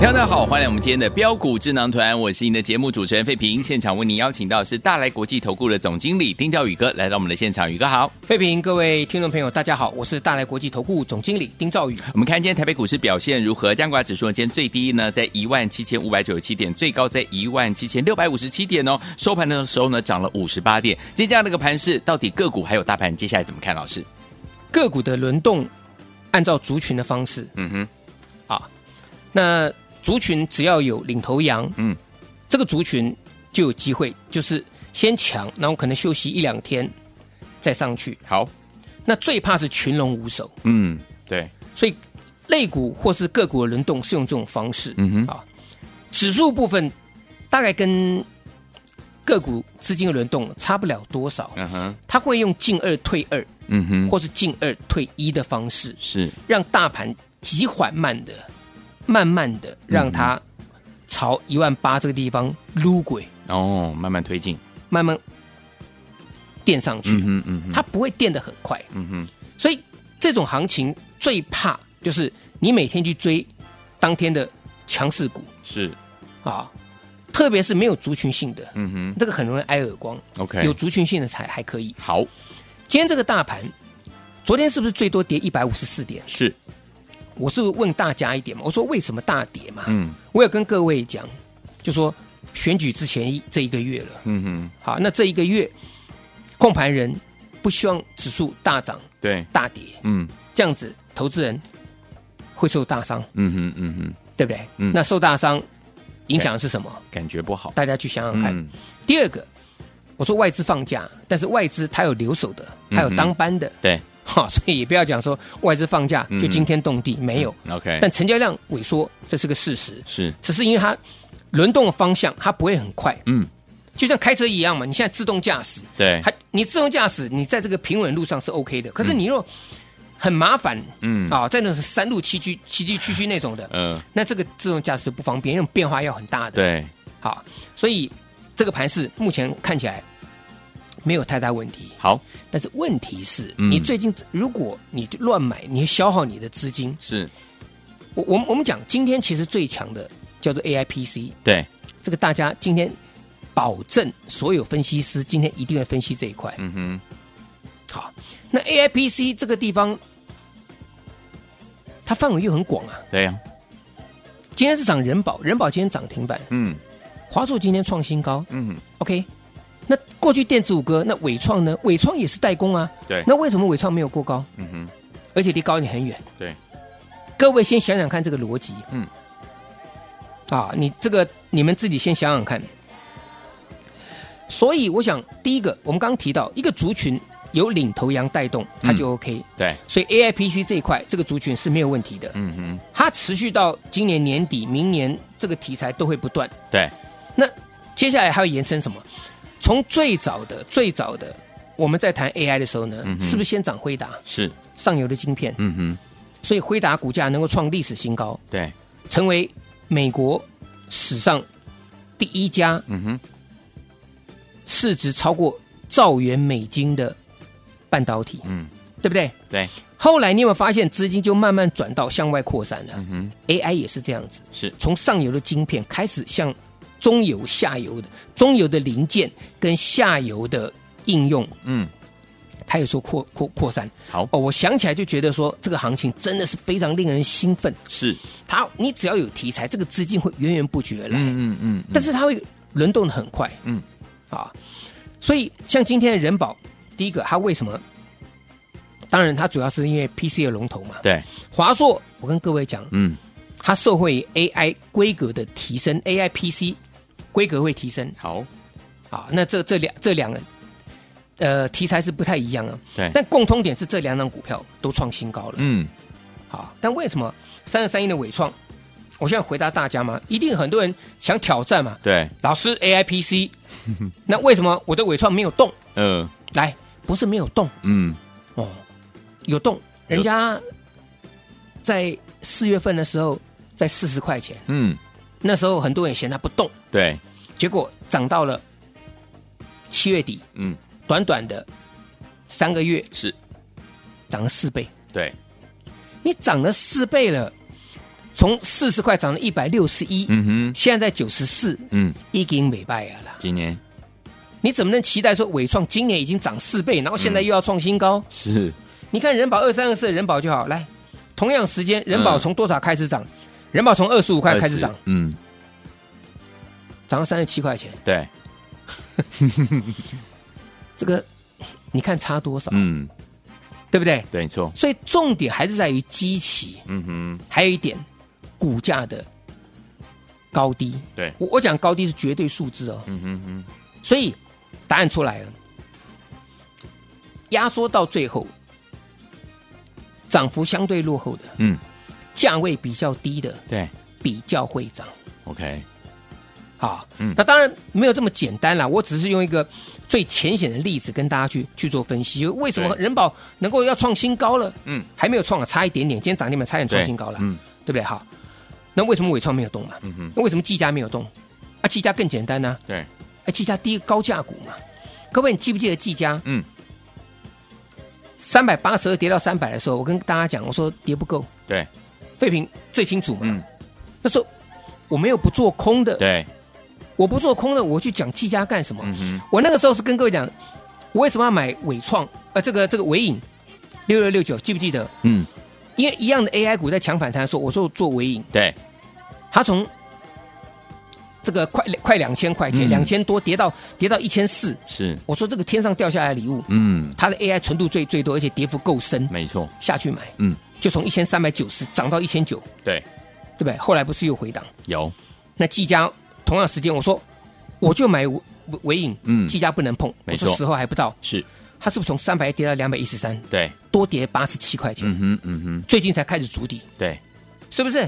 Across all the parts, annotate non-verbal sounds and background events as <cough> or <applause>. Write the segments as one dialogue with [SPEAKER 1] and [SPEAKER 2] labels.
[SPEAKER 1] 听众大家好，欢迎来我们今天的标股智囊团，我是您的节目主持人费平。现场为您邀请到是大来国际投顾的总经理丁兆宇哥来到我们的现场，宇哥好。
[SPEAKER 2] 废品，各位听众朋友，大家好，我是大来国际投顾总经理丁兆宇。
[SPEAKER 1] 我们看今天台北股市表现如何？加权指数呢今天最低呢在一万七千五百九十七点，最高在一万七千六百五十七点哦。收盘的时候呢涨了五十八点。今天这样的一个盘势，到底个股还有大盘接下来怎么看？老师，
[SPEAKER 2] 个股的轮动，按照族群的方式，
[SPEAKER 1] 嗯哼，
[SPEAKER 2] 那族群只要有领头羊，
[SPEAKER 1] 嗯，
[SPEAKER 2] 这个族群就有机会，就是先抢，然后可能休息一两天再上去。
[SPEAKER 1] 好，
[SPEAKER 2] 那最怕是群龙无首，
[SPEAKER 1] 嗯，对，
[SPEAKER 2] 所以类股或是个股的轮动是用这种方式。
[SPEAKER 1] 嗯哼，
[SPEAKER 2] 啊，指数部分大概跟个股资金的轮动差不了多少，
[SPEAKER 1] 嗯哼，
[SPEAKER 2] 它会用进二退二
[SPEAKER 1] 嗯哼，
[SPEAKER 2] 或是进二退一的方式，
[SPEAKER 1] 是，
[SPEAKER 2] 让大盘极缓慢的、慢慢
[SPEAKER 1] 嗯
[SPEAKER 2] 的让它朝一万八这个地方撸轨，
[SPEAKER 1] 哦，慢慢推进，
[SPEAKER 2] 慢慢垫上去，
[SPEAKER 1] 哼，嗯哼，
[SPEAKER 2] 它不会垫得很快。
[SPEAKER 1] 嗯哼，
[SPEAKER 2] 所以这种行情最怕就是你每天去追当天的强势股
[SPEAKER 1] 是，
[SPEAKER 2] 啊，特别是没有族群性的，
[SPEAKER 1] 嗯哼
[SPEAKER 2] 这个很容易挨耳光。
[SPEAKER 1] ，OK，
[SPEAKER 2] 有族群性的才还可以。
[SPEAKER 1] 好，
[SPEAKER 2] 今天这个大盘，昨天是不是最多跌一百五十四点？
[SPEAKER 1] 是，
[SPEAKER 2] 我是问大家一点嘛，我说为什么大跌嘛？
[SPEAKER 1] 嗯
[SPEAKER 2] 我有跟各位讲，就说选举之前一这一个月了，
[SPEAKER 1] 嗯哼，
[SPEAKER 2] 好，那这一个月控盘人不希望指数大涨
[SPEAKER 1] 对，
[SPEAKER 2] 大跌，
[SPEAKER 1] 嗯
[SPEAKER 2] 这样子投资人会受大伤，
[SPEAKER 1] 嗯哼嗯哼，
[SPEAKER 2] 对不对？
[SPEAKER 1] 嗯
[SPEAKER 2] 那受大伤影响的是什么？
[SPEAKER 1] 感觉不好。
[SPEAKER 2] 大家去想想看。
[SPEAKER 1] 嗯
[SPEAKER 2] 第二个，我说外资放假，但是外资它有留守的，还有
[SPEAKER 1] 嗯哼
[SPEAKER 2] 当班的，
[SPEAKER 1] 对
[SPEAKER 2] 哈，所以也不要讲说外资放假
[SPEAKER 1] 嗯
[SPEAKER 2] 就惊天动地，没有。
[SPEAKER 1] ，OK，
[SPEAKER 2] 但成交量萎缩，这是个事实，
[SPEAKER 1] 是，
[SPEAKER 2] 只是因为它轮动的方向它不会很快，
[SPEAKER 1] 嗯，
[SPEAKER 2] 就像开车一样嘛。你现在自动驾驶，
[SPEAKER 1] 对，
[SPEAKER 2] 它你自动驾驶，你在这个平稳路上是 OK 的，可是你若很麻烦，
[SPEAKER 1] 嗯，
[SPEAKER 2] 啊，在那是山路崎岖、崎岖崎岖那种的，
[SPEAKER 1] 呃，
[SPEAKER 2] 那这个自动驾驶不方便，因为变化要很大的。，
[SPEAKER 1] 对，
[SPEAKER 2] 好，所以这个盘是目前看起来没有太大问题。
[SPEAKER 1] 好，
[SPEAKER 2] 但是问题是，
[SPEAKER 1] 嗯
[SPEAKER 2] 你最近如果你乱买，你消耗你的资金。
[SPEAKER 1] 是，
[SPEAKER 2] 我我们我们讲，今天其实最强的叫做 AIPC，
[SPEAKER 1] 对，
[SPEAKER 2] 这个大家今天保证所有分析师今天一定会分析这一块。
[SPEAKER 1] 嗯哼，
[SPEAKER 2] 好，那 AIPC 这个地方，它范围又很广啊。
[SPEAKER 1] 对呀，
[SPEAKER 2] 今天是涨人保，人保今天涨停板，
[SPEAKER 1] 嗯
[SPEAKER 2] 华硕今天创新高。
[SPEAKER 1] 嗯，
[SPEAKER 2] OK，那过去电子五哥，那伟创呢？伟创也是代工啊。
[SPEAKER 1] 对，
[SPEAKER 2] 那为什么伟创没有过高？
[SPEAKER 1] 嗯哼，
[SPEAKER 2] 而且离高你很远。
[SPEAKER 1] 对，
[SPEAKER 2] 各位先想想看这个逻辑。
[SPEAKER 1] 嗯，
[SPEAKER 2] 啊，你这个你们自己先想想看。所以我想，第一个我们刚刚提到，一个族群有领头羊带动，
[SPEAKER 1] 嗯
[SPEAKER 2] 它就 OK、
[SPEAKER 1] 对，
[SPEAKER 2] 所以 AIPC 这一块，这个族群是没有问题的，
[SPEAKER 1] 嗯哼，
[SPEAKER 2] 它持续到今年年底、明年这个题材都会不断。
[SPEAKER 1] 对，
[SPEAKER 2] 那接下来还要延伸什么？从最早的最早的我们在谈 AI 的时候呢，
[SPEAKER 1] 嗯哼
[SPEAKER 2] 是不是先涨辉达
[SPEAKER 1] 是，
[SPEAKER 2] 上游的晶片？
[SPEAKER 1] 嗯哼，
[SPEAKER 2] 所以辉达股价能够创历史新高，
[SPEAKER 1] 对，
[SPEAKER 2] 成为美国史上第一家
[SPEAKER 1] 嗯哼，
[SPEAKER 2] 市值超过兆元美金的半导体，
[SPEAKER 1] 嗯，
[SPEAKER 2] 对不对？
[SPEAKER 1] 对，
[SPEAKER 2] 后来你有没有发现资金就慢慢转到向外扩散了、啊
[SPEAKER 1] 嗯哼，
[SPEAKER 2] a i 也是这样子，
[SPEAKER 1] 是，
[SPEAKER 2] 从上游的晶片开始向中游、下游的中游的零件跟下游的应用，
[SPEAKER 1] 嗯，
[SPEAKER 2] 还有说扩扩扩散。
[SPEAKER 1] 好，
[SPEAKER 2] 哦，我想起来就觉得说这个行情真的是非常令人兴奋。
[SPEAKER 1] 是，
[SPEAKER 2] 它你只要有题材，这个资金会源源不绝来，
[SPEAKER 1] 嗯嗯嗯，
[SPEAKER 2] 但是它会轮动的很快，
[SPEAKER 1] 嗯，
[SPEAKER 2] 啊，所以像今天的人保，第一个它为什么？当然，它主要是因为 PC 的龙头嘛。
[SPEAKER 1] 对，
[SPEAKER 2] 华硕，我跟各位讲，
[SPEAKER 1] 嗯，
[SPEAKER 2] 它受惠于 AI 规格的提升，AI PC 规格会提升
[SPEAKER 1] 好，
[SPEAKER 2] 啊。那这这两这两个呃题材是不太一样啊，
[SPEAKER 1] 对，
[SPEAKER 2] 但共通点是这两档股票都创新高了。
[SPEAKER 1] 嗯，
[SPEAKER 2] 好，但为什么三十三亿的伟创？我现在回答大家嘛，一定很多人想挑战嘛。
[SPEAKER 1] 对，
[SPEAKER 2] 老师
[SPEAKER 1] <laughs>
[SPEAKER 2] AIPC，那为什么我的伟创没有动？
[SPEAKER 1] 呃，
[SPEAKER 2] 来，不是没有动
[SPEAKER 1] 嗯，
[SPEAKER 2] 哦，有动，
[SPEAKER 1] 有
[SPEAKER 2] 人家在四月份的时候在四十块钱，
[SPEAKER 1] 嗯，
[SPEAKER 2] 那时候很多人嫌它不动，
[SPEAKER 1] 对，
[SPEAKER 2] 结果涨到了七月底，
[SPEAKER 1] 嗯，
[SPEAKER 2] 短短的三个月
[SPEAKER 1] 是，
[SPEAKER 2] 涨了四倍，
[SPEAKER 1] 对，
[SPEAKER 2] 你涨了四倍了，从四十块涨了一百六十一，
[SPEAKER 1] 嗯哼，
[SPEAKER 2] 现在九十四，
[SPEAKER 1] 嗯，
[SPEAKER 2] 已经美败了啦。
[SPEAKER 1] 今年
[SPEAKER 2] 你怎么能期待说伟创今年已经涨四倍，然后
[SPEAKER 1] 嗯
[SPEAKER 2] 现在又要创新高？
[SPEAKER 1] 是，
[SPEAKER 2] 你看人保二三二四的人保就好，来，同样时间人保从多少开始涨？人保从二十五块开始涨
[SPEAKER 1] 20，，嗯，
[SPEAKER 2] 涨到三十七块钱，
[SPEAKER 1] 对，
[SPEAKER 2] 这个 <laughs> 你看差多少，
[SPEAKER 1] 嗯，
[SPEAKER 2] 对不对？
[SPEAKER 1] 对，没错，
[SPEAKER 2] 所以重点还是在于基期，
[SPEAKER 1] 嗯哼，
[SPEAKER 2] 还有一点股价的高低。
[SPEAKER 1] 对，
[SPEAKER 2] 我我讲高低是绝对数字哦，
[SPEAKER 1] 嗯哼哼，
[SPEAKER 2] 所以答案出来了，压缩到最后，涨幅相对落后的，
[SPEAKER 1] 嗯，
[SPEAKER 2] 价位比较低的，
[SPEAKER 1] 对
[SPEAKER 2] 比较会涨。
[SPEAKER 1] ，OK，
[SPEAKER 2] 好，
[SPEAKER 1] 嗯
[SPEAKER 2] 那当然没有这么简单啦，我只是用一个最浅显的例子跟大家去去做分析，为什么
[SPEAKER 1] 对
[SPEAKER 2] 人保能够要创新高了？
[SPEAKER 1] 嗯，
[SPEAKER 2] 还没有创啊，差一点点，今天涨停板差点创
[SPEAKER 1] 对
[SPEAKER 2] 新高了，
[SPEAKER 1] 嗯
[SPEAKER 2] 对不对？好，那为什么伟创没有动嘛？
[SPEAKER 1] 嗯哼，
[SPEAKER 2] 那为什么技嘉没有动？啊，技嘉更简单呢、
[SPEAKER 1] 对，
[SPEAKER 2] 哎，技嘉第一个高价股嘛。各位，你记不记得技嘉
[SPEAKER 1] 嗯，
[SPEAKER 2] 三百八十二跌到三百的时候，我跟大家讲，我说跌不够，
[SPEAKER 1] 对，
[SPEAKER 2] 废品最清楚嘛。
[SPEAKER 1] 嗯，
[SPEAKER 2] 那时候我没有不做空的，
[SPEAKER 1] 对，
[SPEAKER 2] 我不做空的，我去讲技嘉干什么？
[SPEAKER 1] 嗯哼，
[SPEAKER 2] 我那个时候是跟各位讲，我为什么要买伟创？呃，这个这个伟影六六六九，记不记得？
[SPEAKER 1] 嗯，
[SPEAKER 2] 因为一样的 AI 股在强反弹的时候，我说做伟影，
[SPEAKER 1] 对，
[SPEAKER 2] 它从这个快快两千块钱，
[SPEAKER 1] 嗯
[SPEAKER 2] 两千、多跌到跌到一千四，
[SPEAKER 1] 是，
[SPEAKER 2] 我说这个天上掉下来的礼物，
[SPEAKER 1] 嗯，
[SPEAKER 2] 它的 AI 纯度最最多，而且跌幅够深，
[SPEAKER 1] 没错，
[SPEAKER 2] 下去买，
[SPEAKER 1] 嗯，
[SPEAKER 2] 就从一千三百九十涨到一千九，
[SPEAKER 1] 对，
[SPEAKER 2] 对不对？后来不是又回档？
[SPEAKER 1] 有，
[SPEAKER 2] 那技嘉同样时间，我说我就买伟伟影，
[SPEAKER 1] 嗯
[SPEAKER 2] 技嘉不能碰，
[SPEAKER 1] 没
[SPEAKER 2] 我
[SPEAKER 1] 错
[SPEAKER 2] 说时候还不到，
[SPEAKER 1] 是，
[SPEAKER 2] 它是不是从三百跌到两百一十三，
[SPEAKER 1] 对，
[SPEAKER 2] 多跌八十七块钱？
[SPEAKER 1] 嗯哼，嗯哼，
[SPEAKER 2] 最近才开始筑底，
[SPEAKER 1] 对，
[SPEAKER 2] 是不是？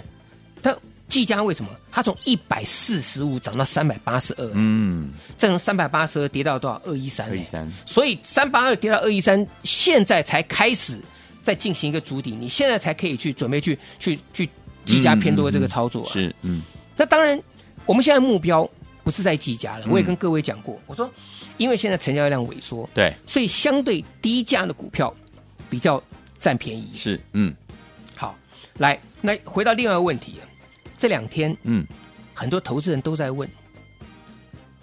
[SPEAKER 2] 但技嘉为什么它从一百四十五涨到三百八十二，
[SPEAKER 1] 嗯，哎
[SPEAKER 2] 再从三百八十二跌到多少？二一三，
[SPEAKER 1] 二一三，
[SPEAKER 2] 所以三八二跌到二一三，现在才开始在进行一个筑底，你现在才可以去准备去去去技嘉偏多的这个操作、啊
[SPEAKER 1] 是，嗯，
[SPEAKER 2] 那当然，我们现在目标不是在技嘉了，我也
[SPEAKER 1] 嗯
[SPEAKER 2] 跟各位讲过，我说因为现在成交量萎缩，
[SPEAKER 1] 对，
[SPEAKER 2] 所以相对低价的股票比较占便宜。
[SPEAKER 1] 是，嗯，
[SPEAKER 2] 好，来，那回到另外一个问题，这两天
[SPEAKER 1] 嗯，
[SPEAKER 2] 很多投资人都在问，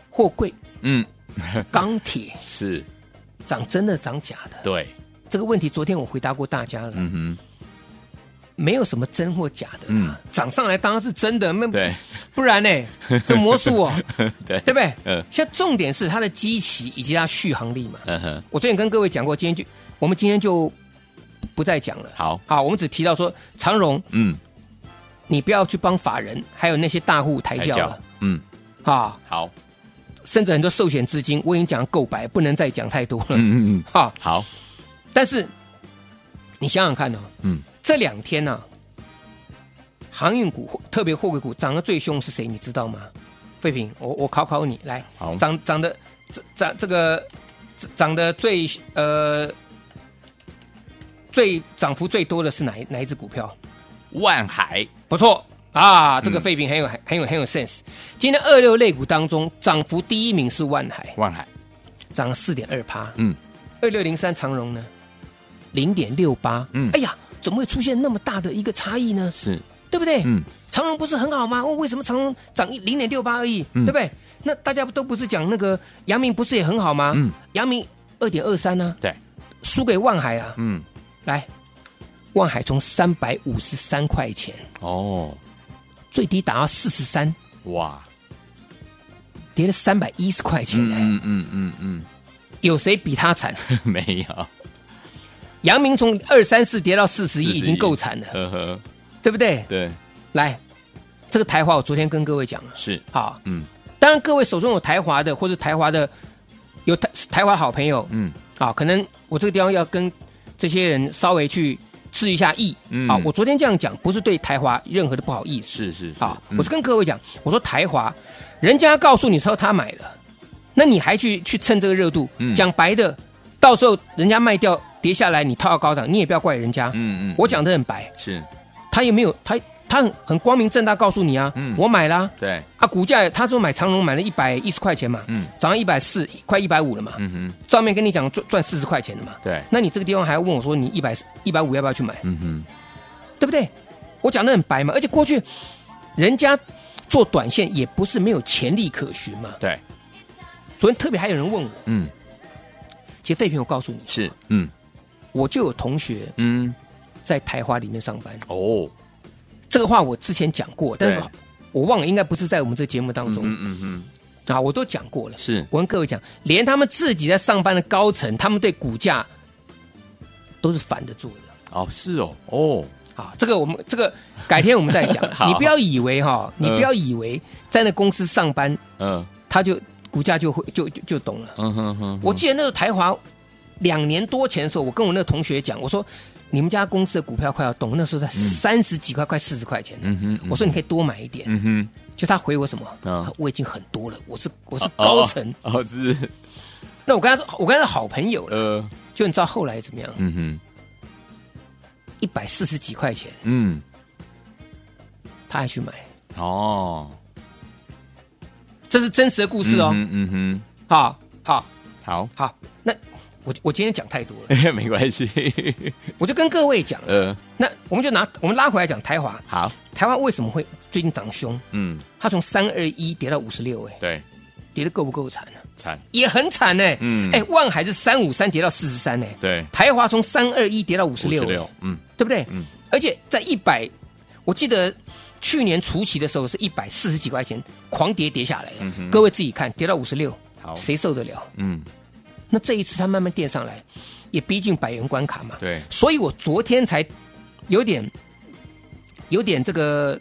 [SPEAKER 2] 货柜、
[SPEAKER 1] 嗯，
[SPEAKER 2] 钢铁
[SPEAKER 1] 是，
[SPEAKER 2] 涨真的涨假的？
[SPEAKER 1] 对，
[SPEAKER 2] 这个问题昨天我回答过大家了，
[SPEAKER 1] 嗯哼，
[SPEAKER 2] 没有什么真或假的
[SPEAKER 1] 嗯
[SPEAKER 2] 啦，涨上来当然是真的，那
[SPEAKER 1] 对，
[SPEAKER 2] 不
[SPEAKER 1] <laughs>
[SPEAKER 2] 然呢？这魔术哦，
[SPEAKER 1] 对，
[SPEAKER 2] 对不对？
[SPEAKER 1] 嗯
[SPEAKER 2] 现在重点是它的基期以及它续航力嘛。
[SPEAKER 1] <laughs> 嗯哼，
[SPEAKER 2] 我昨天跟各位讲过，今天就我们今天就不再讲了。
[SPEAKER 1] 好，
[SPEAKER 2] 好，我们只提到说长荣，
[SPEAKER 1] 嗯，
[SPEAKER 2] 你不要去帮法人还有那些大户抬
[SPEAKER 1] 抬
[SPEAKER 2] 轿
[SPEAKER 1] 脚
[SPEAKER 2] 了，
[SPEAKER 1] 嗯，
[SPEAKER 2] 啊，
[SPEAKER 1] 好，
[SPEAKER 2] 甚至很多寿险资金，我已经讲够白，不能再讲太多了
[SPEAKER 1] 嗯嗯嗯，
[SPEAKER 2] 哈、
[SPEAKER 1] 好，
[SPEAKER 2] 但是你想想看哦，
[SPEAKER 1] 嗯，
[SPEAKER 2] 这两天呢、航运股特别货柜股涨得最凶是谁？你知道吗？废品，我我考考你，来，
[SPEAKER 1] 好，
[SPEAKER 2] 涨涨的这涨这个涨涨的最呃最涨幅最多的是哪一哪一只股票？
[SPEAKER 1] 万海，
[SPEAKER 2] 不错啊，这个
[SPEAKER 1] 嗯
[SPEAKER 2] 废品很有、很有很有 sense。今天二六类股当中，涨幅第一名是万海，
[SPEAKER 1] 万海，
[SPEAKER 2] 涨了四点二趴。
[SPEAKER 1] 嗯，
[SPEAKER 2] 二六零三长荣呢，零点六八。
[SPEAKER 1] 嗯
[SPEAKER 2] 哎呀，怎么会出现那么大的一个差异呢？
[SPEAKER 1] 是，
[SPEAKER 2] 对不对？
[SPEAKER 1] 嗯，
[SPEAKER 2] 长荣不是很好吗？哦为什么长荣涨一零点六八而已，
[SPEAKER 1] 嗯
[SPEAKER 2] 对不对？那大家都不是讲那个阳明不是也很好吗？
[SPEAKER 1] 嗯，
[SPEAKER 2] 阳明二点二三呢，
[SPEAKER 1] 对，
[SPEAKER 2] 输给万海啊。
[SPEAKER 1] 嗯，
[SPEAKER 2] 来，万海从三百五十三块钱
[SPEAKER 1] 哦，
[SPEAKER 2] 最低打到四十三，
[SPEAKER 1] 哇，
[SPEAKER 2] 跌了三百一十块钱、呢。
[SPEAKER 1] 嗯嗯嗯嗯
[SPEAKER 2] 有谁比他
[SPEAKER 1] <laughs>
[SPEAKER 2] 惨？
[SPEAKER 1] 嗯，没有，
[SPEAKER 2] 阳明从二三四跌到四十一，已经够惨了，
[SPEAKER 1] 呵呵，
[SPEAKER 2] 对不对？
[SPEAKER 1] 对，
[SPEAKER 2] 来，这个台华我昨天跟各位讲了，
[SPEAKER 1] 是，
[SPEAKER 2] 好，
[SPEAKER 1] 嗯，
[SPEAKER 2] 当然，各位手中有台华的，或是台华的有台台华的好朋友，
[SPEAKER 1] 嗯，
[SPEAKER 2] 啊，可能我这个地方要跟这些人稍微去致一下意，
[SPEAKER 1] 嗯
[SPEAKER 2] 啊，我昨天这样讲不是对台华任何的不好意思，
[SPEAKER 1] 是是是，
[SPEAKER 2] 啊，
[SPEAKER 1] 嗯
[SPEAKER 2] 我是跟各位讲，我说台华，人家告诉你说他买了，那你还去去蹭这个热度
[SPEAKER 1] 嗯，
[SPEAKER 2] 讲白的，到时候人家卖掉跌下来，你套到高档，你也不要怪人家，
[SPEAKER 1] 嗯嗯，
[SPEAKER 2] 我讲的很白，
[SPEAKER 1] 是
[SPEAKER 2] 他也没有他他很很光明正大告诉你啊
[SPEAKER 1] 嗯，
[SPEAKER 2] 我买啦。
[SPEAKER 1] 对，
[SPEAKER 2] 啊，股价他说买长隆买了一百一十块钱嘛，
[SPEAKER 1] 嗯
[SPEAKER 2] 涨到一百四，快一百五了嘛，
[SPEAKER 1] 嗯
[SPEAKER 2] 账面跟你讲赚赚四十块钱的嘛
[SPEAKER 1] 哼，，对，
[SPEAKER 2] 那你这个地方还要问我说你一百一百五要不要去买，
[SPEAKER 1] 嗯哼，
[SPEAKER 2] 对不对？我讲的很白嘛，而且过去人家做短线也不是没有潜力可循嘛。
[SPEAKER 1] 对，
[SPEAKER 2] 昨天特别还有人问我，
[SPEAKER 1] 嗯
[SPEAKER 2] 其实废品我告诉你，
[SPEAKER 1] 是，嗯
[SPEAKER 2] 我就有同学
[SPEAKER 1] 嗯，
[SPEAKER 2] 在台华里面上班，
[SPEAKER 1] 哦，
[SPEAKER 2] 这个话我之前讲过，但是
[SPEAKER 1] 对
[SPEAKER 2] 我忘了，应该不是在我们这个节目当中、
[SPEAKER 1] 嗯嗯嗯，
[SPEAKER 2] 啊，我都讲过了。
[SPEAKER 1] 是
[SPEAKER 2] 我跟各位讲，连他们自己在上班的高层，他们对股价都是反着做的
[SPEAKER 1] 哦是哦哦，
[SPEAKER 2] 啊。这个我们这个改天我们再讲
[SPEAKER 1] <laughs> 好。
[SPEAKER 2] 你不要以为哈，你
[SPEAKER 1] 嗯
[SPEAKER 2] 不要以为在那公司上班，
[SPEAKER 1] 嗯
[SPEAKER 2] 他就股价就会就就就懂了。
[SPEAKER 1] 嗯哼哼，
[SPEAKER 2] 我记得那时候台华两年多前的时候，我跟我那个同学讲，我说你们家公司的股票快要动，那时候在三十几块，快四十块钱。
[SPEAKER 1] 嗯哼，嗯
[SPEAKER 2] 我说你可以多买一点，
[SPEAKER 1] 嗯哼，
[SPEAKER 2] 就他回我什么？
[SPEAKER 1] 嗯
[SPEAKER 2] 他我已经很多了，我是我是高层。
[SPEAKER 1] 哦是，
[SPEAKER 2] 那我跟他说，我跟他是好朋友了。
[SPEAKER 1] 呃，
[SPEAKER 2] 就你知道后来怎么样？
[SPEAKER 1] 嗯哼，
[SPEAKER 2] 一百四十几块钱，
[SPEAKER 1] 嗯，
[SPEAKER 2] 他还去买，
[SPEAKER 1] 哦，
[SPEAKER 2] 这是真实的故事哦。
[SPEAKER 1] 嗯哼嗯
[SPEAKER 2] 好好
[SPEAKER 1] 哼，好， <laughs>
[SPEAKER 2] 好，那我我今天讲太多了，
[SPEAKER 1] 没关系，
[SPEAKER 2] 我就跟各位讲，
[SPEAKER 1] 呃，
[SPEAKER 2] 那我们就拿我们拉回来讲台华，
[SPEAKER 1] 好，
[SPEAKER 2] 台湾为什么会最近涨凶？
[SPEAKER 1] 嗯，
[SPEAKER 2] 它从三二一跌到五十六，哎，
[SPEAKER 1] 对，
[SPEAKER 2] 跌得够不够惨啊？
[SPEAKER 1] 惨，
[SPEAKER 2] 也很惨呢、
[SPEAKER 1] 嗯
[SPEAKER 2] 哎、万海是三五三跌到四十三呢，
[SPEAKER 1] 对，
[SPEAKER 2] 台华从三二一跌到五十六，
[SPEAKER 1] 56，嗯，
[SPEAKER 2] 对不对？
[SPEAKER 1] 嗯
[SPEAKER 2] 而且在一百，我记得去年除夕的时候是一百四十几块钱，狂跌跌下来的。
[SPEAKER 1] 嗯哼
[SPEAKER 2] 各位自己看，跌到五十六，
[SPEAKER 1] 好，
[SPEAKER 2] 谁受得了？
[SPEAKER 1] 嗯，
[SPEAKER 2] 那这一次它慢慢垫上来，也逼近百元关卡嘛。
[SPEAKER 1] 对，
[SPEAKER 2] 所以我昨天才有点有点这个，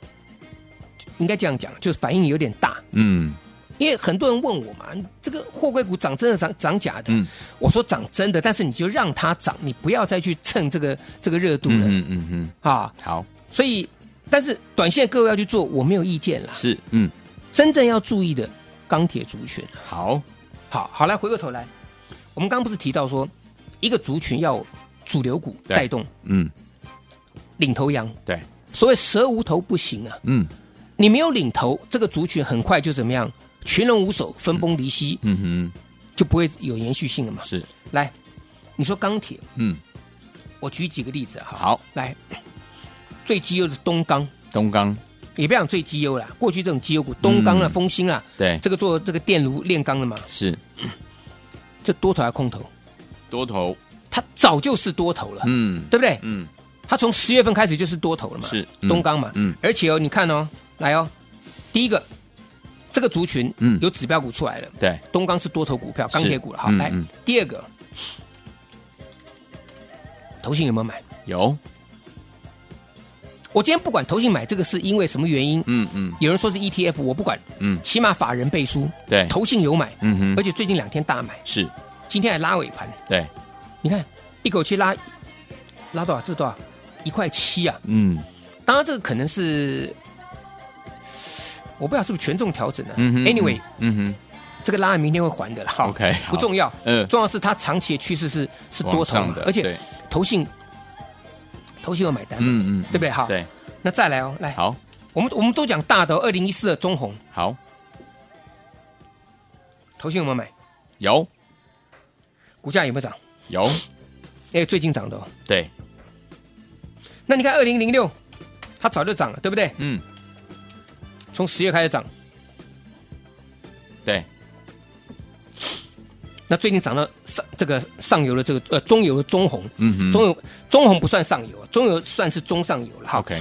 [SPEAKER 2] 应该这样讲，就是反应有点大，
[SPEAKER 1] 嗯
[SPEAKER 2] 因为很多人问我嘛，这个货柜股涨真的涨涨假的？
[SPEAKER 1] 嗯
[SPEAKER 2] 我说涨真的，但是你就让它涨，你不要再去蹭这个这个热度了、
[SPEAKER 1] 嗯嗯嗯嗯，
[SPEAKER 2] 啊。
[SPEAKER 1] 好，
[SPEAKER 2] 所以，但是短线各位要去做，我没有意见啦。
[SPEAKER 1] 是，嗯，
[SPEAKER 2] 真正要注意的钢铁族群啊，
[SPEAKER 1] 好，
[SPEAKER 2] 好好来回过头来，我们刚刚不是提到说，一个族群要有主流股
[SPEAKER 1] 对
[SPEAKER 2] 带动
[SPEAKER 1] 嗯，
[SPEAKER 2] 领头羊，
[SPEAKER 1] 对，
[SPEAKER 2] 所谓蛇无头不行啊。
[SPEAKER 1] 嗯
[SPEAKER 2] 你没有领头，这个族群很快就怎么样？群龙无首，分崩离析，
[SPEAKER 1] 嗯
[SPEAKER 2] 就不会有延续性了嘛
[SPEAKER 1] 哼，。是，
[SPEAKER 2] 来，你说钢铁，
[SPEAKER 1] 嗯，
[SPEAKER 2] 我举几个例子哈。
[SPEAKER 1] 好，
[SPEAKER 2] 来，最绩优的东钢，
[SPEAKER 1] 东刚，
[SPEAKER 2] 也不要讲最绩优啦，过去这种绩优股，东钢啊、
[SPEAKER 1] 嗯
[SPEAKER 2] 丰兴啊，
[SPEAKER 1] 对，
[SPEAKER 2] 这个做这个电炉炼钢的嘛，
[SPEAKER 1] 是
[SPEAKER 2] 这多头还空头，
[SPEAKER 1] 多头，
[SPEAKER 2] 它早就是多头了，
[SPEAKER 1] 嗯
[SPEAKER 2] 对不对？
[SPEAKER 1] 嗯，
[SPEAKER 2] 它从十月份开始就是多头了嘛，
[SPEAKER 1] 是嗯
[SPEAKER 2] 东钢嘛，
[SPEAKER 1] 嗯
[SPEAKER 2] 而且哦，你看哦，来哦，第一个。这个族群，
[SPEAKER 1] 嗯
[SPEAKER 2] 有指标股出来了，
[SPEAKER 1] 对，
[SPEAKER 2] 东钢是多头股票，钢铁股了。好，
[SPEAKER 1] 嗯
[SPEAKER 2] 来
[SPEAKER 1] 嗯
[SPEAKER 2] 第二个，投信有没有买？
[SPEAKER 1] 有，
[SPEAKER 2] 我今天不管投信买这个是因为什么原因，
[SPEAKER 1] 嗯嗯
[SPEAKER 2] 有人说是 ETF，我不管，
[SPEAKER 1] 嗯，
[SPEAKER 2] 起码法人背书，
[SPEAKER 1] 对，
[SPEAKER 2] 投信有买，
[SPEAKER 1] 嗯哼
[SPEAKER 2] 而，且最近两天大买，
[SPEAKER 1] 是，
[SPEAKER 2] 今天还拉尾盘，
[SPEAKER 1] 对，
[SPEAKER 2] 你看一口气拉拉多少？这多少？一块七啊！
[SPEAKER 1] 嗯
[SPEAKER 2] 当然这个可能是我不知道是不是权重调整啊。
[SPEAKER 1] 嗯哼
[SPEAKER 2] Anyway，
[SPEAKER 1] 嗯
[SPEAKER 2] 这个拉明天会还的了哈。
[SPEAKER 1] 哼，OK，
[SPEAKER 2] 不重要，
[SPEAKER 1] 嗯
[SPEAKER 2] 重要是它长期的趋势是是多头嘛，而且投信投信有买单嘛，
[SPEAKER 1] 嗯嗯，
[SPEAKER 2] 对不对？好，
[SPEAKER 1] 对，
[SPEAKER 2] 那再来哦，来，
[SPEAKER 1] 好，
[SPEAKER 2] 我们我们都讲大的二零一四的中红，
[SPEAKER 1] 好，
[SPEAKER 2] 投信有没有买？
[SPEAKER 1] 有
[SPEAKER 2] 股价有没有涨？
[SPEAKER 1] 有，
[SPEAKER 2] 哎，最近涨的、哦。
[SPEAKER 1] 对，
[SPEAKER 2] 那你看二零零六，它早就涨了，对不对？
[SPEAKER 1] 嗯
[SPEAKER 2] 从十月开始涨，
[SPEAKER 1] 对，
[SPEAKER 2] 那最近涨到上这个上游的这个呃中游的中红，
[SPEAKER 1] 嗯哼
[SPEAKER 2] 中游中红不算上游，啊中游算是中上游了哈。
[SPEAKER 1] ，OK，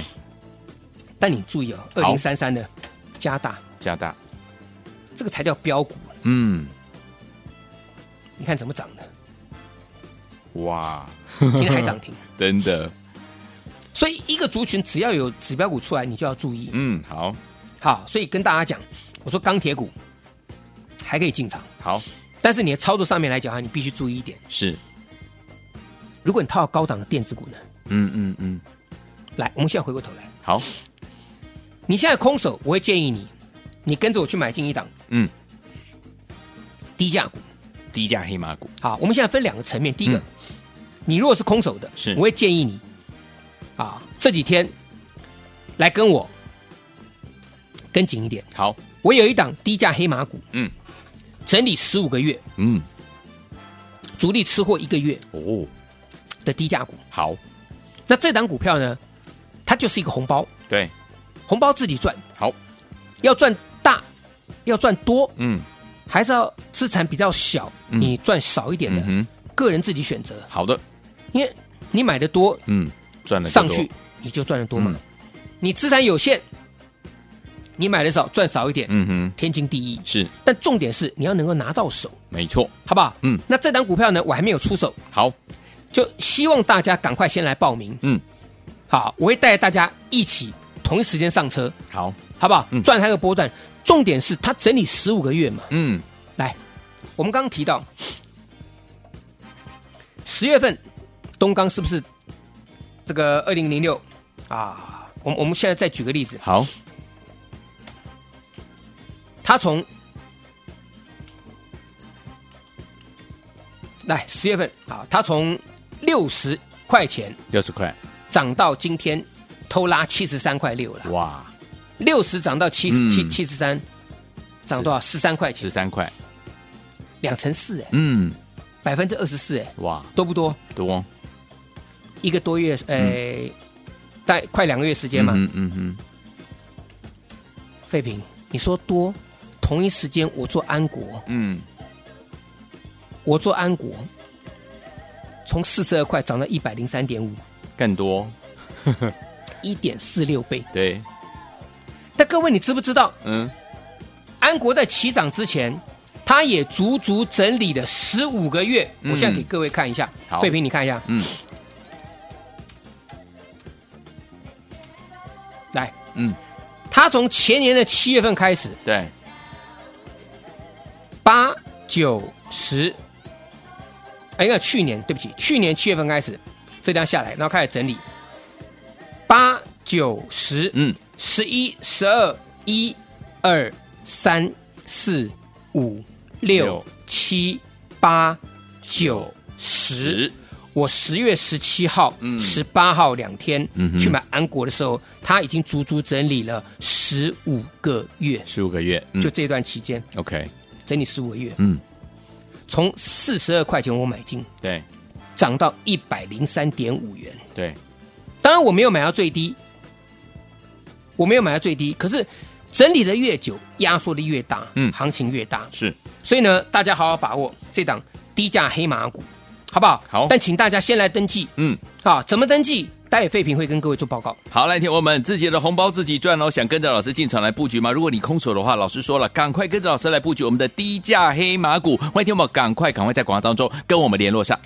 [SPEAKER 2] 但你注意哦，二
[SPEAKER 1] 好
[SPEAKER 2] 零三三的加大，
[SPEAKER 1] 加大，
[SPEAKER 2] 这个才叫标股，
[SPEAKER 1] 嗯，
[SPEAKER 2] 你看怎
[SPEAKER 1] <laughs>
[SPEAKER 2] 么涨的，
[SPEAKER 1] 哇，
[SPEAKER 2] 今天还涨停。
[SPEAKER 1] 真的，
[SPEAKER 2] 所以一个族群只要有指标股出来，你就要注意。
[SPEAKER 1] 嗯，好，
[SPEAKER 2] 好，所以跟大家讲，我说钢铁股还可以进场。
[SPEAKER 1] 好，
[SPEAKER 2] 但是你的操作上面来讲啊，你必须注意一点，
[SPEAKER 1] 是，
[SPEAKER 2] 如果你套高档的电子股呢，
[SPEAKER 1] 嗯嗯嗯，
[SPEAKER 2] 来，我们现在回过头来，
[SPEAKER 1] 好，
[SPEAKER 2] 你现在空手，我会建议你，你跟着我去买进一档
[SPEAKER 1] 嗯，
[SPEAKER 2] 低价股。
[SPEAKER 1] 低价黑马股，
[SPEAKER 2] 好，我们现在分两个层面，第一个，
[SPEAKER 1] 嗯
[SPEAKER 2] 你如果是空手的，
[SPEAKER 1] 是
[SPEAKER 2] 我会建议你啊，这几天来跟我跟紧一点。
[SPEAKER 1] 好，
[SPEAKER 2] 我有一档低价黑马股，
[SPEAKER 1] 嗯，
[SPEAKER 2] 整理十五个月，
[SPEAKER 1] 嗯，
[SPEAKER 2] 主力吃货一个月
[SPEAKER 1] 哦，
[SPEAKER 2] 的低价股。
[SPEAKER 1] 好，
[SPEAKER 2] 那这档股票呢，它就是一个红包，
[SPEAKER 1] 对，
[SPEAKER 2] 红包自己赚，
[SPEAKER 1] 好，
[SPEAKER 2] 要赚大，要赚多，
[SPEAKER 1] 嗯
[SPEAKER 2] 还是要资产比较小，
[SPEAKER 1] 嗯
[SPEAKER 2] 你赚少一点的，
[SPEAKER 1] 嗯
[SPEAKER 2] 个人自己选择。
[SPEAKER 1] 哼，好的，
[SPEAKER 2] 因为你买的多
[SPEAKER 1] 嗯，赚了
[SPEAKER 2] 上去，你就赚得多嘛。
[SPEAKER 1] 嗯
[SPEAKER 2] 你资产有限，你买的少赚少一点，
[SPEAKER 1] 嗯哼，
[SPEAKER 2] 天经地义。
[SPEAKER 1] 是，
[SPEAKER 2] 但重点是你要能够拿到手，
[SPEAKER 1] 没错，
[SPEAKER 2] 好不好？
[SPEAKER 1] 嗯。
[SPEAKER 2] 那这档股票呢，我还没有出手，
[SPEAKER 1] 好，
[SPEAKER 2] 就希望大家赶快先来报名。
[SPEAKER 1] 嗯，
[SPEAKER 2] 好，我会带大家一起同一时间上车，
[SPEAKER 1] 好，
[SPEAKER 2] 好不好
[SPEAKER 1] 嗯？
[SPEAKER 2] 赚它个波段。重点是它整理十五个月嘛。
[SPEAKER 1] 嗯，
[SPEAKER 2] 来，我们刚刚提到十月份东钢是不是这个二零零六啊？我我们现在再举个例子，
[SPEAKER 1] 好，
[SPEAKER 2] 它从来十月份啊，它从六十块钱
[SPEAKER 1] 六十块，
[SPEAKER 2] 涨到今天偷拉七十三块六了，
[SPEAKER 1] 哇，
[SPEAKER 2] 六十涨到七十七
[SPEAKER 1] 嗯
[SPEAKER 2] 七十三，涨多少？十三块
[SPEAKER 1] 十
[SPEAKER 2] 钱，
[SPEAKER 1] 三块，
[SPEAKER 2] 两成四哎，
[SPEAKER 1] 嗯，
[SPEAKER 2] 百分之二十四哎，
[SPEAKER 1] 哇，
[SPEAKER 2] 多不多？
[SPEAKER 1] 多，
[SPEAKER 2] 一个多月，呃，大、快两个月时间嘛。
[SPEAKER 1] 嗯嗯嗯，
[SPEAKER 2] 废品，你说多，同一时间我做安国，
[SPEAKER 1] 嗯，
[SPEAKER 2] 我做安国，从四十二块涨到一百零三点五，
[SPEAKER 1] 更多，
[SPEAKER 2] 一点四六倍。
[SPEAKER 1] 对，
[SPEAKER 2] 但各位，你知不知道，
[SPEAKER 1] 嗯，
[SPEAKER 2] 安国在起涨之前，它也足足整理了十五个月。
[SPEAKER 1] 嗯
[SPEAKER 2] 我现在给各位看一下
[SPEAKER 1] 好，
[SPEAKER 2] 废品，你看一下，
[SPEAKER 1] 嗯，
[SPEAKER 2] 来，
[SPEAKER 1] 嗯，
[SPEAKER 2] 它从前年的七月份开始，
[SPEAKER 1] 对，
[SPEAKER 2] 八九十，哎，应该去年，对不起，去年七月份开始，这样下来，然后开始整理，八九十，
[SPEAKER 1] 嗯，
[SPEAKER 2] 十一十二一二三四五六
[SPEAKER 1] 六
[SPEAKER 2] 七八九十
[SPEAKER 1] 十。
[SPEAKER 2] 我十月十七号、
[SPEAKER 1] 嗯
[SPEAKER 2] 十八号两天、
[SPEAKER 1] 嗯哼
[SPEAKER 2] 去买安国的时候，它已经足足整理了十五个月，
[SPEAKER 1] 十五个月，嗯
[SPEAKER 2] 就这段期间
[SPEAKER 1] OK，
[SPEAKER 2] 整理十五个月。
[SPEAKER 1] 嗯，
[SPEAKER 2] 从四十二块钱我买进，
[SPEAKER 1] 对
[SPEAKER 2] 涨到一百零三点五元。
[SPEAKER 1] 对，
[SPEAKER 2] 当然我没有买到最低，我没有买到最低，可是整理的越久，压缩的越大，
[SPEAKER 1] 嗯
[SPEAKER 2] 行情越大。
[SPEAKER 1] 是，
[SPEAKER 2] 所以呢，大家好好把握这档低价黑马股，好不好？
[SPEAKER 1] 好
[SPEAKER 2] 但请大家先来登记
[SPEAKER 1] 嗯。
[SPEAKER 2] 啊，怎么登记？待会废品会跟各位做报告。
[SPEAKER 1] 好，来，听我们自己的红包自己赚哦。想跟着老师进场来布局吗？如果你空手的话，老师说了，赶快跟着老师来布局我们的低价黑马股。欢迎听我们赶快赶快在广告当中跟我们联络上。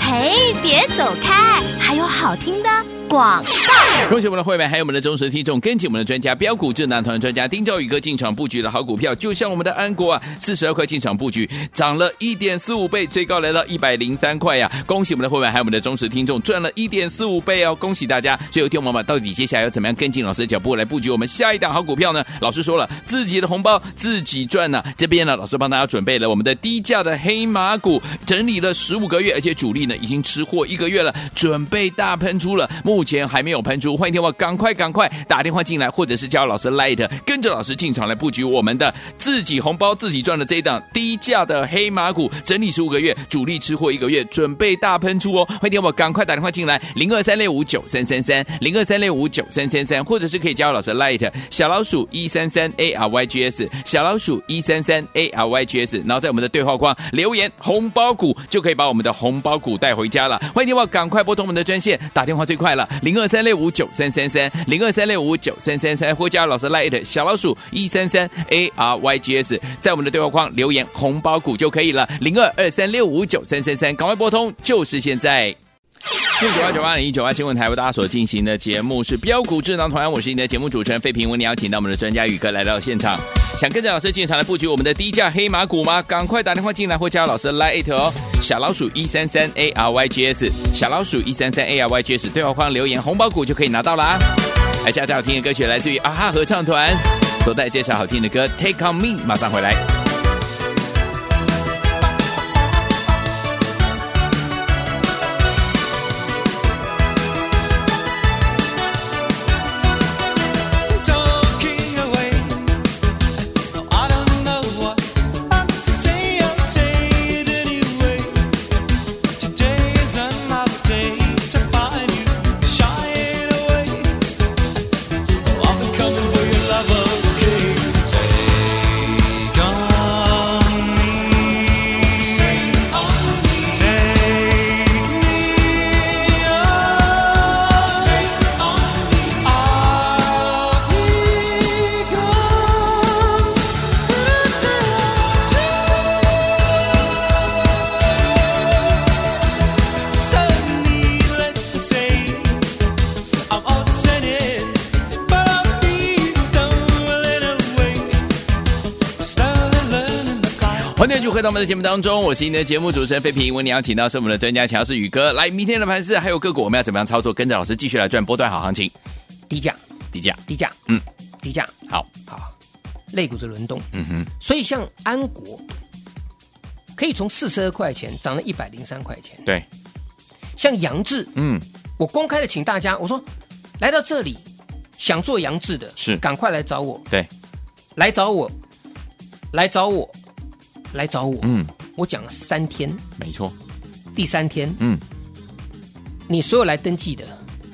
[SPEAKER 3] 嘿，别走开，还有好听的广。
[SPEAKER 1] 恭喜我们的会员，还有我们的忠实听众，跟紧我们的专家标股智囊团专家丁兆宇哥进场布局的好股票，就像我们的安国啊，四十二块进场布局，涨了一点四五倍，最高来到一百零三块呀、恭喜我们的会员，还有我们的忠实听众，赚了一点四五倍哦！恭喜大家！最后听我们到底接下来要怎么样跟进老师的脚步来布局我们下一档好股票呢？老师说了，自己的红包自己赚呢、啊这边呢，老师帮大家准备了我们的低价的黑马股，整理了十五个月，而且主力呢已经吃货一个月了，准备大喷出了，目前还没有喷出，欢迎电话赶快赶快打电话进来，或者是加入老师 Light，跟着老师进场来布局我们的自己红包自己赚的这一档低价的黑马股，整理十五个月，主力吃货一个月，准备大喷出哦，欢迎电话赶快打电话进来，零二三六五九三三三，零二三六五九三三三，或者是可以加入老师 Light 小老鼠一三三 A R Y G S 小老鼠一三三 A R Y G S，然后在我们的对话框留言红包股，就可以把我们的红包股带回家了。欢迎电话赶快拨通我们的专线，打电话最快了，零二三六五九三三三，零二三六五九三三三，或加入老师 Light 小老鼠一三三 A R Y G S，在我们的对话框留言红包股就可以了，零二二三六五九三三三，赶快拨通，就是现在。六九八九八零一九八新闻台为大家所进行的节目是标股智囊团，我是你的节目主持人费平，为你邀请到我们的专家宇哥来到现场。想跟着老师进场来布局我们的低价黑马股吗？赶快打电话进来或加入老师的 Line 哦，小老鼠一三三 A R Y G S，小老鼠一三三 A R Y G S 对话框留言红包股就可以拿到啦。来，下次好听的歌曲来自于啊哈合唱团，所带介绍好听的歌《Take on Me》，马上回来。
[SPEAKER 4] Talking away, I don't know what to say. I'll say it anyway. Today is another day to find you shying away. I'll be coming for your love, okay? Take on me, take on me, take me on, take on me. I'll be gone until So needless to say. I'm all descended, but I'll be stolen away. Slowly learning the climb.
[SPEAKER 1] 欢迎继续回到我们的节目当中，我是您的节目主持人费平。为您邀请到是我们的专家乔氏宇哥。来，明天的盘市还有个股，我们要怎么样操作？跟着老师继续来赚波段好行情，
[SPEAKER 2] 低价，
[SPEAKER 1] 低价。
[SPEAKER 2] 低价，
[SPEAKER 1] 嗯，
[SPEAKER 2] 低价，
[SPEAKER 1] 好，
[SPEAKER 2] 好，肋骨的轮动，
[SPEAKER 1] 嗯哼，
[SPEAKER 2] 所以像安国可以从四十二块钱涨到一百零三块钱，
[SPEAKER 1] 对，
[SPEAKER 2] 像杨志，
[SPEAKER 1] 嗯，
[SPEAKER 2] 我公开的请大家，我说来到这里想做杨志的，
[SPEAKER 1] 是
[SPEAKER 2] 赶快来找我，
[SPEAKER 1] 对，
[SPEAKER 2] 来找我，来找我，来找我，
[SPEAKER 1] 嗯，
[SPEAKER 2] 我讲了三天，
[SPEAKER 1] 没错，
[SPEAKER 2] 第三天
[SPEAKER 1] 嗯，
[SPEAKER 2] 你所有来登记的，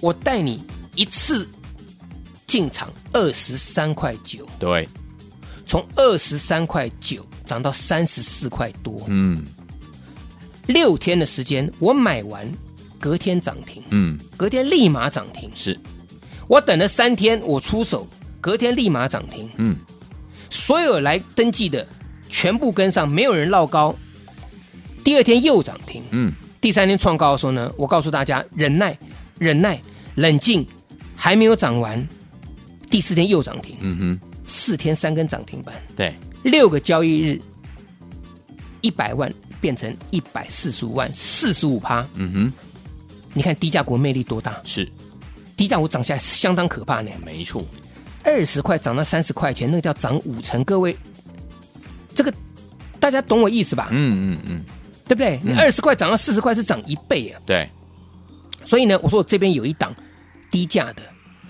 [SPEAKER 2] 我带你一次进场二十三块九，
[SPEAKER 1] 对，
[SPEAKER 2] 从二十三块九涨到三十四块多，
[SPEAKER 1] 嗯
[SPEAKER 2] 六天的时间，我买完，隔天涨停，
[SPEAKER 1] 嗯，
[SPEAKER 2] 隔天立马涨停。
[SPEAKER 1] 是，
[SPEAKER 2] 我等了三天，我出手，隔天立马涨停。
[SPEAKER 1] 嗯，
[SPEAKER 2] 所有来登记的全部跟上，没有人落高。第二天又涨停，
[SPEAKER 1] 嗯，
[SPEAKER 2] 第三天创高的时候呢，我告诉大家忍耐，忍耐，冷静，还没有涨完。第四天又涨停，
[SPEAKER 1] 嗯哼，
[SPEAKER 2] 四天三根涨停板，
[SPEAKER 1] 对，
[SPEAKER 2] 六个交易日，一百万变成一百四十五万，四十五趴。
[SPEAKER 1] 嗯哼，
[SPEAKER 2] 你看低价股魅力多大？
[SPEAKER 1] 是，
[SPEAKER 2] 低价股涨起来相当可怕呢，
[SPEAKER 1] 没错，
[SPEAKER 2] 二十块涨到三十块钱，那个叫涨五成。各位，这个大家懂我意思吧？
[SPEAKER 1] 嗯嗯嗯，
[SPEAKER 2] 对不对？你二十块涨到四十块是涨一倍啊！
[SPEAKER 1] 对，
[SPEAKER 2] 所以呢，我说我这边有一档低价的，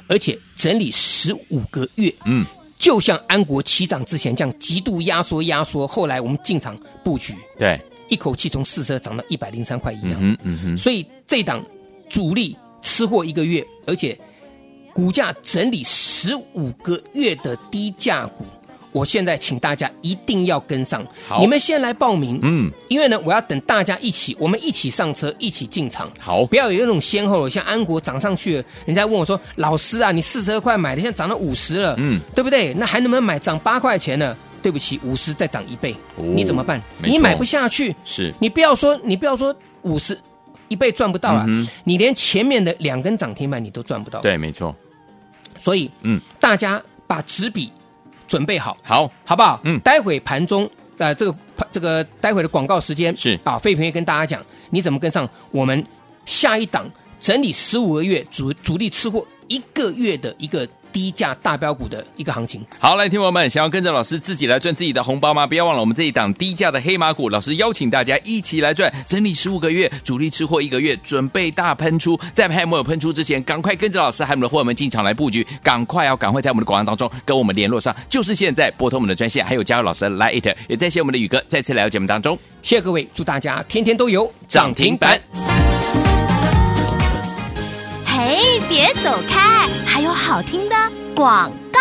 [SPEAKER 2] 而且整理十五个月，
[SPEAKER 1] 嗯，
[SPEAKER 2] 就像安国起涨之前这样极度压缩压缩，后来我们进场布局，
[SPEAKER 1] 对，
[SPEAKER 2] 一口气从四十涨到一百零三块一啊样。
[SPEAKER 1] 嗯嗯哼，
[SPEAKER 2] 所以这档主力吃货一个月，而且股价整理十五个月的低价股，我现在请大家一定要跟上
[SPEAKER 1] 好。
[SPEAKER 2] 你们先来报名，
[SPEAKER 1] 嗯，
[SPEAKER 2] 因为呢，我要等大家一起，我们一起上车，一起进场。
[SPEAKER 1] 嗯好
[SPEAKER 2] 不要有那种先后了，像安国涨上去了，人家问我说：“老师啊，你四十二块买的，现在涨到五十了，
[SPEAKER 1] 嗯，
[SPEAKER 2] 对不对？那还能不能买？涨八块钱了。”对不起，五十再涨一倍，
[SPEAKER 1] 哦
[SPEAKER 2] 你怎么办？
[SPEAKER 1] 没错
[SPEAKER 2] 你买不下去，
[SPEAKER 1] 是，
[SPEAKER 2] 你不要说，你不要说五十一倍赚不到了、
[SPEAKER 1] 嗯哼
[SPEAKER 2] 你连前面的两根涨停板你都赚不到。，
[SPEAKER 1] 对，没错，
[SPEAKER 2] 所以
[SPEAKER 1] 嗯，
[SPEAKER 2] 大家把纸笔准备好，
[SPEAKER 1] 好，
[SPEAKER 2] 好不好？
[SPEAKER 1] 嗯
[SPEAKER 2] 待会盘中呃，这个这个待会的广告时间
[SPEAKER 1] 是
[SPEAKER 2] 啊，费平会跟大家讲你怎么跟上我们下一档整理十五个月主主力吃货一个月的一个低价大标股的一个行情。
[SPEAKER 1] 好，来，听众朋友们，想要跟着老师自己来赚自己的红包吗？不要忘了我们这一档低价的黑马股，老师邀请大家一起来赚，整理十五个月，主力吃货一个月，准备大喷出，在还没有喷出之前，赶快跟着老师还有我们的伙伴们进场来布局，赶快哦，赶快在我们的广告当中跟我们联络上，就是现在拨通我们的专线，还有加入老师的 Line It，也再谢我们的宇哥再次来到节目当中。
[SPEAKER 2] 谢谢各位，祝大家天天都有
[SPEAKER 1] 涨停板。
[SPEAKER 3] 嘿，别走开，还有好听的广告。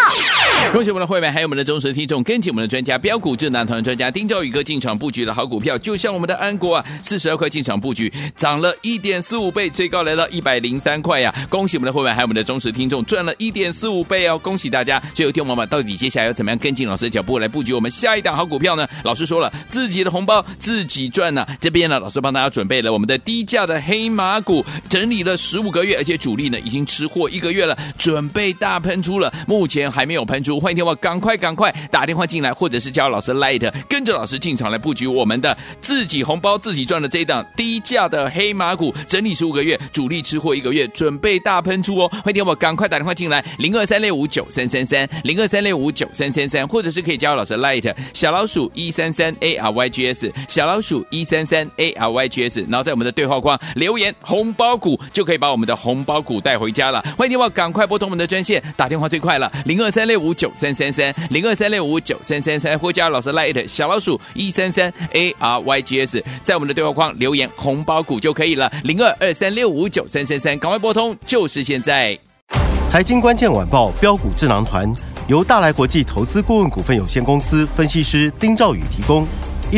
[SPEAKER 1] 恭喜我们的会员，还有我们的忠实听众，跟紧我们的专家标股智囊团专家丁兆宇哥进场布局的好股票，就像我们的安国啊，四十二块进场布局，涨了一点四五倍，最高来到一百零三块呀、恭喜我们的会员，还有我们的忠实听众，赚了一点四五倍哦！恭喜大家！最后听我们到底接下来要怎么样跟进老师的脚步来布局我们下一档好股票呢？老师说了，自己的红包自己赚呢、这边呢，老师帮大家准备了我们的低价的黑马股，整理了十五个月，而且主力呢已经吃货一个月了，准备大喷出了，目前还没有喷出。族，欢迎电话，赶快赶快打电话进来，或者是加入老师 Light，跟着老师进场来布局我们的自己红包自己赚的这一档低价的黑马股，整理十五个月，主力吃货一个月，准备大喷出哦！欢迎电话，赶快打电话进来，零二三六五九三三三，零二三六五九三三三，或者是可以加入老师 Light 小老鼠一三三 A R Y G S 小老鼠一三三 A R Y G S，然后在我们的对话框留言红包股，就可以把我们的红包股带回家了。欢迎电话，赶快拨通我们的专线，打电话最快了，零二三六五九三三三，零二三六五九三三三，或加入老师 Light 小老鼠一三三 A R Y G S，在我们的对话框留言红包股就可以了，零二二三六五九三三三，赶快拨通，就是现在。
[SPEAKER 5] 财经关键晚报标股智囊团由大来国际投资顾问股份有限公司分析师丁兆宇提供。一